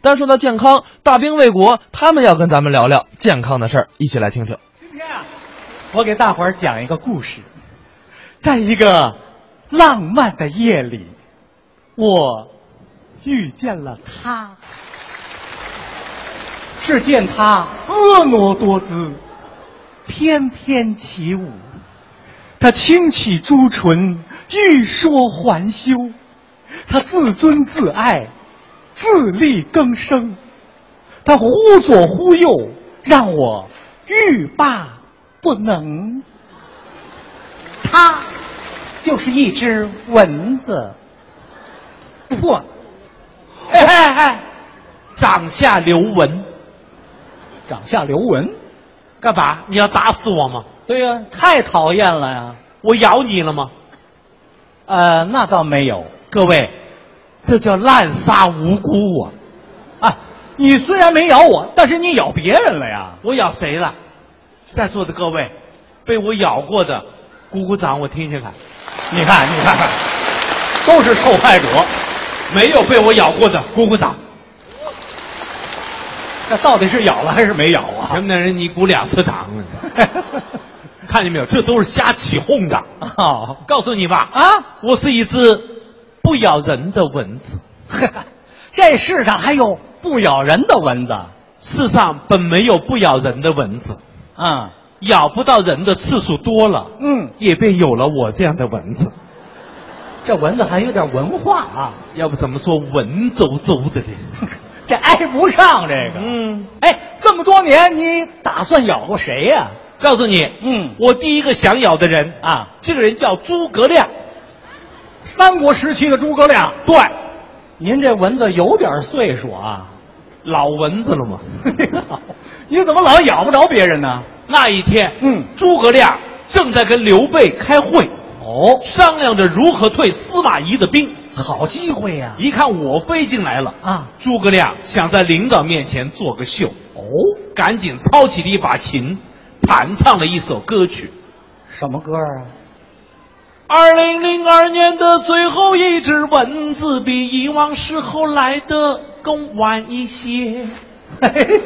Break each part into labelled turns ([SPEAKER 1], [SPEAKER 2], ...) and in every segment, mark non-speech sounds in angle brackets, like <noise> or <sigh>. [SPEAKER 1] 但说到健康，大兵卫国他们要跟咱们聊聊健康的事儿，一起来听听。
[SPEAKER 2] 今天啊，我给大伙儿讲一个故事，在一个浪漫的夜里，我遇见了他。只见他婀娜多姿，翩翩起舞，他轻启朱唇，欲说还休，他自尊自爱，自力更生，他忽左忽右，让我欲罢不能。他就是一只蚊子，我，哎哎哎，
[SPEAKER 3] 掌下留文，
[SPEAKER 2] 掌下留文，
[SPEAKER 3] 干嘛？你要打死我吗？
[SPEAKER 2] 对呀、太讨厌了呀。
[SPEAKER 3] 我咬你了吗？
[SPEAKER 2] 呃，那倒没有，各位，这叫滥杀无辜啊！啊，你虽然没咬我，但是你咬别人了呀！
[SPEAKER 3] 我咬谁了？在座的各位，被我咬过的，鼓鼓掌，我听听看。
[SPEAKER 2] 你看，你看，都是受害者，
[SPEAKER 3] 没有被我咬过的，鼓鼓掌。
[SPEAKER 2] 这到底是咬了还是没咬啊？
[SPEAKER 3] 能不能人你鼓两次掌啊呢？
[SPEAKER 2] <laughs>
[SPEAKER 3] 看见没有，这都是瞎起哄的。
[SPEAKER 2] 哦
[SPEAKER 3] 告诉你吧，
[SPEAKER 2] 啊，
[SPEAKER 3] 我是一只不咬人的蚊子。
[SPEAKER 2] <laughs> 这世上还有不咬人的蚊子
[SPEAKER 3] 世上本没有不咬人的蚊子，
[SPEAKER 2] 啊？
[SPEAKER 3] 咬不到人的次数多了，
[SPEAKER 2] 嗯，
[SPEAKER 3] 也便有了我这样的蚊子。
[SPEAKER 2] 这蚊子还有点文化啊，
[SPEAKER 3] 要不怎么说文绉绉的呢？
[SPEAKER 2] <laughs> 这挨不上这个。
[SPEAKER 3] 嗯，
[SPEAKER 2] 哎，这么多年你打算咬过谁呀、
[SPEAKER 3] 告诉你，
[SPEAKER 2] 嗯
[SPEAKER 3] 我第一个想咬的人，
[SPEAKER 2] 啊，
[SPEAKER 3] 这个人叫诸葛亮。
[SPEAKER 2] 三国时期的诸葛亮。
[SPEAKER 3] 对，
[SPEAKER 2] 您这蚊子有点岁数啊，
[SPEAKER 3] 老蚊子了吗？
[SPEAKER 2] <laughs> 你怎么老咬不着别人呢？
[SPEAKER 3] 那一天，
[SPEAKER 2] 嗯
[SPEAKER 3] 诸葛亮正在跟刘备开会，
[SPEAKER 2] 哦，
[SPEAKER 3] 商量着如何退司马懿的兵。
[SPEAKER 2] 好机会呀、
[SPEAKER 3] 一看我飞进来了，
[SPEAKER 2] 啊！
[SPEAKER 3] 诸葛亮想在领导面前做个秀，
[SPEAKER 2] 哦，
[SPEAKER 3] 赶紧操起了一把琴，弹唱了一首歌曲。
[SPEAKER 2] 什么歌啊？
[SPEAKER 3] 二零零二年的最后一只蚊子，比以往时候来的更晚一些。
[SPEAKER 2] <laughs>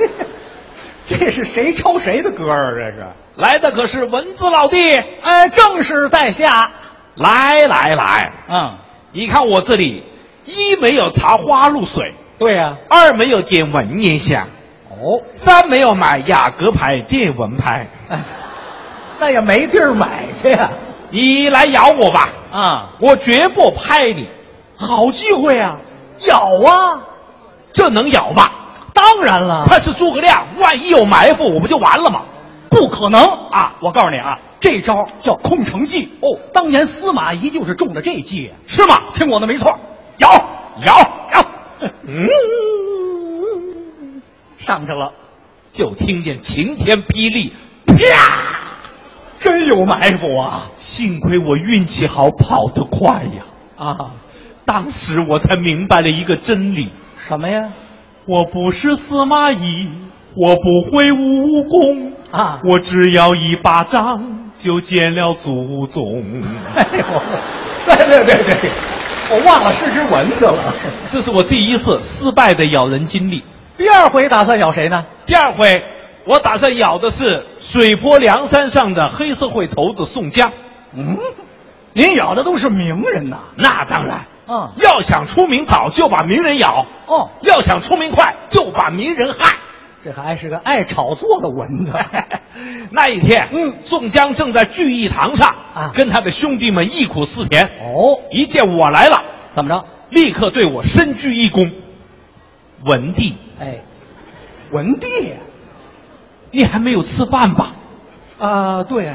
[SPEAKER 2] 这是谁抄谁的歌啊？这是？
[SPEAKER 3] 来的可是蚊子老弟，呃
[SPEAKER 2] 哎，正是在下。
[SPEAKER 3] 来来来，
[SPEAKER 2] 嗯，
[SPEAKER 3] 你看我这里，一没有茶花露水，
[SPEAKER 2] 对呀、
[SPEAKER 3] 二没有点蚊烟香，
[SPEAKER 2] 哦，
[SPEAKER 3] 三没有买雅阁牌电蚊拍，
[SPEAKER 2] 哎， <laughs> 那也没地儿买去呀、
[SPEAKER 3] 你来咬我吧，
[SPEAKER 2] 啊。
[SPEAKER 3] 我绝不拍你，
[SPEAKER 2] 好机会啊！咬啊！
[SPEAKER 3] 这能咬吗？
[SPEAKER 2] 当然了，
[SPEAKER 3] 他是诸葛亮，万一有埋伏，我不就完了吗？
[SPEAKER 2] 不可能啊！我告诉你啊，这招叫空城计哦。当年司马懿就是中了这计，
[SPEAKER 3] 是吗？
[SPEAKER 2] 听我的没错。
[SPEAKER 3] 咬咬咬，嗯，
[SPEAKER 2] 上去了，
[SPEAKER 3] 就听见晴天霹雳，啪！
[SPEAKER 2] 真有埋伏啊！
[SPEAKER 3] 幸亏我运气好，跑得快呀。
[SPEAKER 2] 啊，
[SPEAKER 3] 当时我才明白了一个真理：
[SPEAKER 2] 什么呀？
[SPEAKER 3] 我不是司马懿，我不会武功
[SPEAKER 2] 啊
[SPEAKER 3] 我只要一巴掌就见了祖宗。
[SPEAKER 2] <laughs> 哎呦，对对对对，我忘了是只蚊子了。
[SPEAKER 3] 这是我第一次失败的咬人经历。
[SPEAKER 2] 第二回打算咬谁呢？
[SPEAKER 3] 第二回，我打算咬的是水泊梁山上的黑社会头子宋江。
[SPEAKER 2] 嗯，您咬的都是名人呐。
[SPEAKER 3] 那当然，
[SPEAKER 2] 嗯
[SPEAKER 3] 要想出名早就把名人咬，
[SPEAKER 2] 哦，
[SPEAKER 3] 要想出名快就把名人害。
[SPEAKER 2] 这还是个爱炒作的蚊 <laughs> 子。
[SPEAKER 3] 那一天，
[SPEAKER 2] 嗯
[SPEAKER 3] 宋江正在聚义堂上
[SPEAKER 2] 啊
[SPEAKER 3] 跟他的兄弟们忆苦思甜。
[SPEAKER 2] 哦，
[SPEAKER 3] 一见我来了，
[SPEAKER 2] 怎么着？
[SPEAKER 3] 立刻对我深鞠一躬。文帝，
[SPEAKER 2] 哎，文帝
[SPEAKER 3] 你还没有吃饭吧？
[SPEAKER 2] 啊，对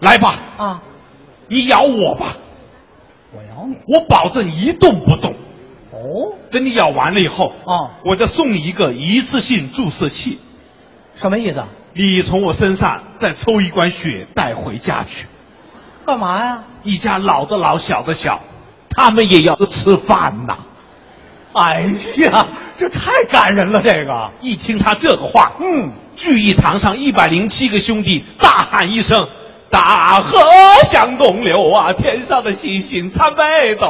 [SPEAKER 3] 来吧，
[SPEAKER 2] 啊，
[SPEAKER 3] 你咬我吧，
[SPEAKER 2] 我咬你。
[SPEAKER 3] 我保证一动不动。
[SPEAKER 2] 哦，
[SPEAKER 3] 等你咬完了以后，
[SPEAKER 2] 哦
[SPEAKER 3] 我再送你一个一次性注射器，
[SPEAKER 2] 什么意思？
[SPEAKER 3] 你从我身上再抽一管血带回家去。
[SPEAKER 2] 干嘛呀？
[SPEAKER 3] 一家老的老，小的小，他们也要吃饭呐。
[SPEAKER 2] 哎呀，这太感人了，这个。
[SPEAKER 3] 一听他这个话，
[SPEAKER 2] 嗯，
[SPEAKER 3] 聚义堂上一百零七个兄弟大喊一声：“大河向东流啊，天上的星星参北斗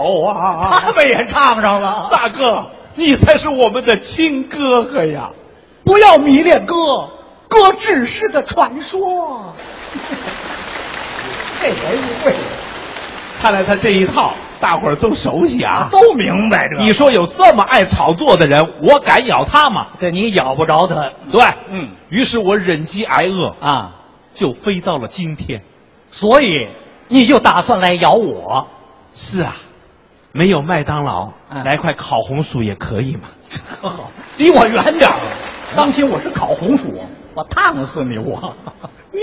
[SPEAKER 2] <laughs>
[SPEAKER 3] 啊
[SPEAKER 2] 他们也唱上了。！”
[SPEAKER 3] 大哥，你才是我们的亲哥哥呀！
[SPEAKER 2] 不要迷恋哥，哥只是个传 <laughs> 说。
[SPEAKER 3] 这人误会了。看来他这一套，大伙儿都熟悉啊，
[SPEAKER 2] 都明白这
[SPEAKER 3] 你说有这么爱炒作的人，我敢咬他吗？
[SPEAKER 2] 对你咬不着他
[SPEAKER 3] 对，
[SPEAKER 2] 嗯
[SPEAKER 3] 于是我忍饥挨饿，
[SPEAKER 2] 啊，
[SPEAKER 3] 就飞到了今天。
[SPEAKER 2] 所以你就打算来咬我？ <laughs>
[SPEAKER 3] 是啊，没有麦当劳，
[SPEAKER 2] 嗯
[SPEAKER 3] 来块烤红薯也可以嘛。
[SPEAKER 2] 离我远点儿！当心我是烤红薯，我烫死 <laughs> 你！我，
[SPEAKER 3] 你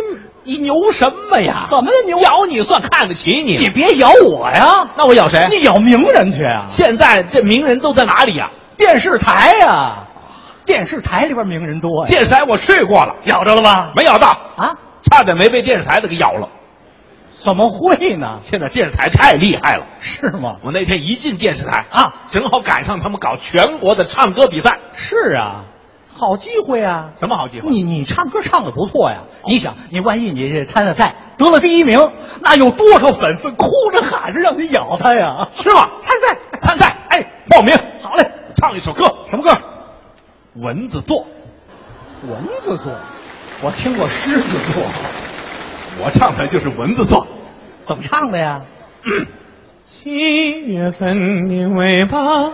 [SPEAKER 3] 你牛什
[SPEAKER 2] <laughs>
[SPEAKER 3] 么呀？
[SPEAKER 2] 怎么了牛
[SPEAKER 3] 咬你算看得起你？
[SPEAKER 2] 你别咬我呀！哎
[SPEAKER 3] 那我咬谁？
[SPEAKER 2] 你咬名人去啊？
[SPEAKER 3] 现在这名人都在哪里啊呀、
[SPEAKER 2] 电视台呀、电视台里边名人多呀、
[SPEAKER 3] 电视台我去过了，
[SPEAKER 2] 咬着了吧？
[SPEAKER 3] 没哎咬到，
[SPEAKER 2] 啊？
[SPEAKER 3] 差点没被电视台的给咬了。
[SPEAKER 2] 怎么会呢？
[SPEAKER 3] <laughs> 现在电视台太厉害了，
[SPEAKER 2] 是吗？
[SPEAKER 3] 我那天一进电视台
[SPEAKER 2] 啊，
[SPEAKER 3] 正好赶上他们搞全国的唱歌比赛，
[SPEAKER 2] 是啊，好机会啊！
[SPEAKER 3] 什么好机会？
[SPEAKER 2] 你你唱歌唱的不错呀，你想，你万一你这参了赛得了第一名，那有多少粉丝哭着喊着让你咬他呀？
[SPEAKER 3] 是吗？
[SPEAKER 2] 参赛，
[SPEAKER 3] 参赛，哎，报名，
[SPEAKER 2] 好嘞，
[SPEAKER 3] 唱一首歌，
[SPEAKER 2] 什么歌？
[SPEAKER 3] 蚊子做，
[SPEAKER 2] 蚊子做，我听过狮子座，
[SPEAKER 3] 我唱的就是蚊子做。
[SPEAKER 2] 怎么唱的呀？
[SPEAKER 3] 七月份的尾巴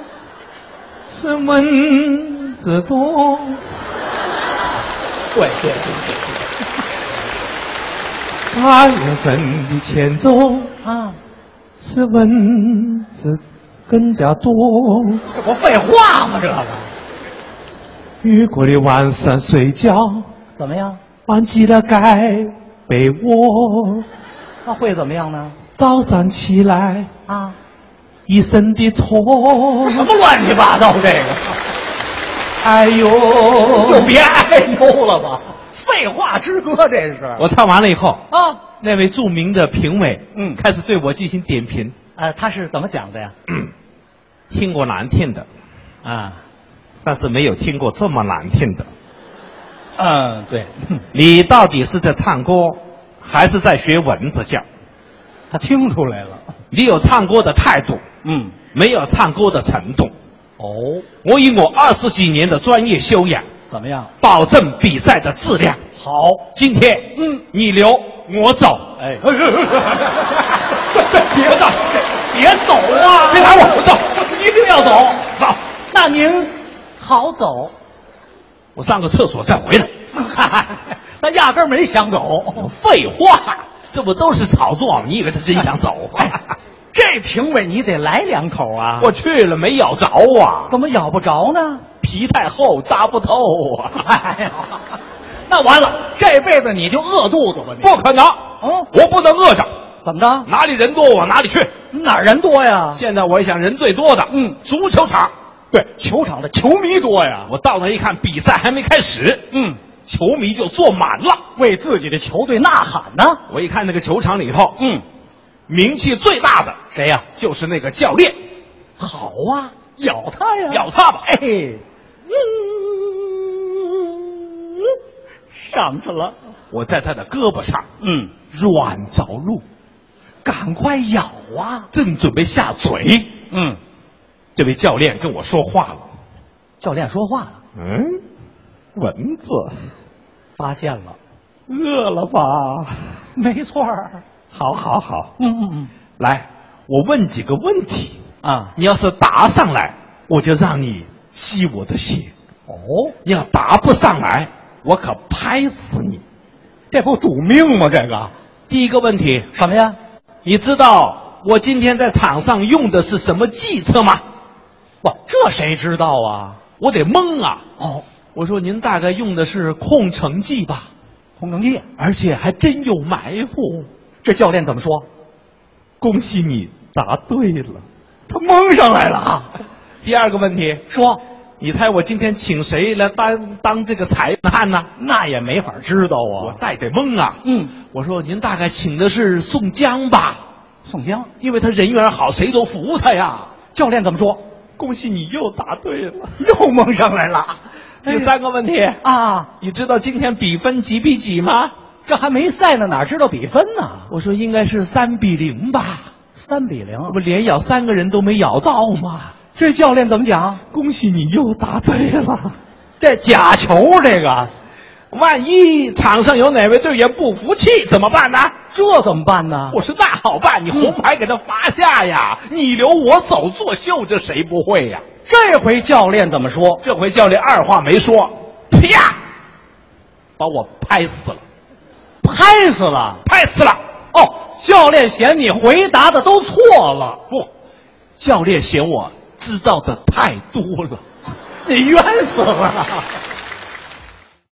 [SPEAKER 3] 是蚊子多，
[SPEAKER 2] 对对对
[SPEAKER 3] 八月份的前奏
[SPEAKER 2] 啊，
[SPEAKER 3] 是蚊子更加多，
[SPEAKER 2] 这不废话吗？这个
[SPEAKER 3] 雨过的晚上睡觉
[SPEAKER 2] 怎么样？
[SPEAKER 3] 忘记了盖被窝，
[SPEAKER 2] 那会怎么样呢？
[SPEAKER 3] 早上起来
[SPEAKER 2] 啊，
[SPEAKER 3] 一身的痛，
[SPEAKER 2] 什么乱七八糟这个。
[SPEAKER 3] 哎呦！
[SPEAKER 2] 就别哎呦了吧，废话之歌这是。
[SPEAKER 3] 我唱完了以后，
[SPEAKER 2] 啊，
[SPEAKER 3] 那位著名的评委，
[SPEAKER 2] 嗯
[SPEAKER 3] 开始对我进行点评，
[SPEAKER 2] 呃，他是怎么讲的呀？
[SPEAKER 3] 听过难听的，
[SPEAKER 2] 啊，
[SPEAKER 3] 但是没有听过这么难听的。
[SPEAKER 2] 嗯，对，
[SPEAKER 3] 你到底是在唱歌，还是在学蚊子叫？
[SPEAKER 2] 他听出来了。
[SPEAKER 3] 你有唱歌的态度，
[SPEAKER 2] 嗯，
[SPEAKER 3] 没有唱歌的程度。
[SPEAKER 2] 哦，
[SPEAKER 3] 我以我二十几年的专业修养，
[SPEAKER 2] 怎么样？
[SPEAKER 3] 保证比赛的质量。
[SPEAKER 2] 好，
[SPEAKER 3] 今天，
[SPEAKER 2] 嗯，
[SPEAKER 3] 你留我走。 <laughs>
[SPEAKER 2] 哎，
[SPEAKER 3] 别走，
[SPEAKER 2] 别走啊！
[SPEAKER 3] 别打我，我走，
[SPEAKER 2] 一定要走。
[SPEAKER 3] 走。
[SPEAKER 2] 那您好走，
[SPEAKER 3] 我上个厕所再回来。
[SPEAKER 2] 他压根儿没想走。
[SPEAKER 3] 废话，这不都是炒作吗？你以为他真想走？哎
[SPEAKER 2] <laughs> 这评委你得来两口啊！
[SPEAKER 3] 我去了没咬着啊，
[SPEAKER 2] 怎么咬不着呢？
[SPEAKER 3] 皮太厚扎不透啊！
[SPEAKER 2] <laughs> 哎呀，那完了，这辈子你就饿肚子吧你。
[SPEAKER 3] 不可能，
[SPEAKER 2] 嗯
[SPEAKER 3] 我不能饿着，
[SPEAKER 2] 怎么着？
[SPEAKER 3] 哪里人多往哪里去。
[SPEAKER 2] 哪儿人多呀？
[SPEAKER 3] 现在我一想，人最多的，
[SPEAKER 2] 嗯
[SPEAKER 3] 足球场。
[SPEAKER 2] 对，球场的球迷多呀。
[SPEAKER 3] 我到那一看，比赛还没开始，
[SPEAKER 2] 嗯，
[SPEAKER 3] 球迷就坐满了。嗯
[SPEAKER 2] 为自己的球队呐喊呢。
[SPEAKER 3] 我一看那个球场里头，
[SPEAKER 2] 嗯，
[SPEAKER 3] 名气最大的
[SPEAKER 2] 谁呀？
[SPEAKER 3] 就是那个教练，
[SPEAKER 2] 好啊，咬他呀！
[SPEAKER 3] 咬他吧！
[SPEAKER 2] 哎，嗯，上去了。
[SPEAKER 3] 我在他的胳膊上
[SPEAKER 2] 嗯，
[SPEAKER 3] 软着陆，
[SPEAKER 2] 赶快咬啊！
[SPEAKER 3] 正准备下嘴，
[SPEAKER 2] 嗯，
[SPEAKER 3] 这位教练跟我说话了。
[SPEAKER 2] 教练说话了，
[SPEAKER 3] 嗯，蚊子，
[SPEAKER 2] 发现了，
[SPEAKER 3] 饿了吧？
[SPEAKER 2] 没错儿。
[SPEAKER 3] 好，好，好，
[SPEAKER 2] 嗯嗯嗯，
[SPEAKER 3] 来，我问几个问题，
[SPEAKER 2] 啊，
[SPEAKER 3] 你要是答上来，我就让你吸我的血；
[SPEAKER 2] 哦，
[SPEAKER 3] 你要答不上来，我可拍死你。
[SPEAKER 2] 这不赌命吗？这个
[SPEAKER 3] 第一个问题，
[SPEAKER 2] 什么呀？
[SPEAKER 3] 你知道我今天在场上用的是什么计策吗？
[SPEAKER 2] 哇，这谁知道啊？
[SPEAKER 3] 我得懵啊！
[SPEAKER 2] 哦，
[SPEAKER 3] 我说您大概用的是空城计吧，
[SPEAKER 2] 洪承基，
[SPEAKER 3] 而且还真有埋伏。
[SPEAKER 2] 这教练怎么说？
[SPEAKER 3] 恭喜你答对了。
[SPEAKER 2] 他蒙上来了啊！
[SPEAKER 3] 第二个问题，
[SPEAKER 2] 说
[SPEAKER 3] 你猜我今天请谁来担当这个裁判呢？
[SPEAKER 2] 那也没法知道
[SPEAKER 3] 我
[SPEAKER 2] 啊。
[SPEAKER 3] 再得蒙啊！
[SPEAKER 2] 嗯，
[SPEAKER 3] 我说您大概请的是宋江吧，
[SPEAKER 2] 宋江
[SPEAKER 3] 因为他人缘好，谁都服他呀。
[SPEAKER 2] 教练怎么说？
[SPEAKER 3] 恭喜你又答对了。
[SPEAKER 2] 又蒙上来了。
[SPEAKER 3] <laughs> 第三个问题，
[SPEAKER 2] 啊，
[SPEAKER 3] 你知道今天比分几比几吗？
[SPEAKER 2] 这还没赛呢，哪知道比分呢？
[SPEAKER 3] 我说应该是三比零吧。
[SPEAKER 2] 三比零，
[SPEAKER 3] 我不连咬三个人都没咬到吗？
[SPEAKER 2] 这教练怎么讲？
[SPEAKER 3] 恭喜你又答对了。
[SPEAKER 2] 这假球，这个
[SPEAKER 3] 万一场上有哪位队员不服气怎么办呢？
[SPEAKER 2] 这怎么办呢？
[SPEAKER 3] 我说那好办，你红牌给他罚下呀，你留我走作秀，这谁不会呀？
[SPEAKER 2] 这回教练怎么说？
[SPEAKER 3] 这回教练二话没说，啪，把我拍死了，
[SPEAKER 2] 拍死了！
[SPEAKER 3] 拍死了。
[SPEAKER 2] 哦，教练嫌你回答的都错了，
[SPEAKER 3] 不，教练嫌我知道的太多了。 <laughs>
[SPEAKER 2] 你冤死了。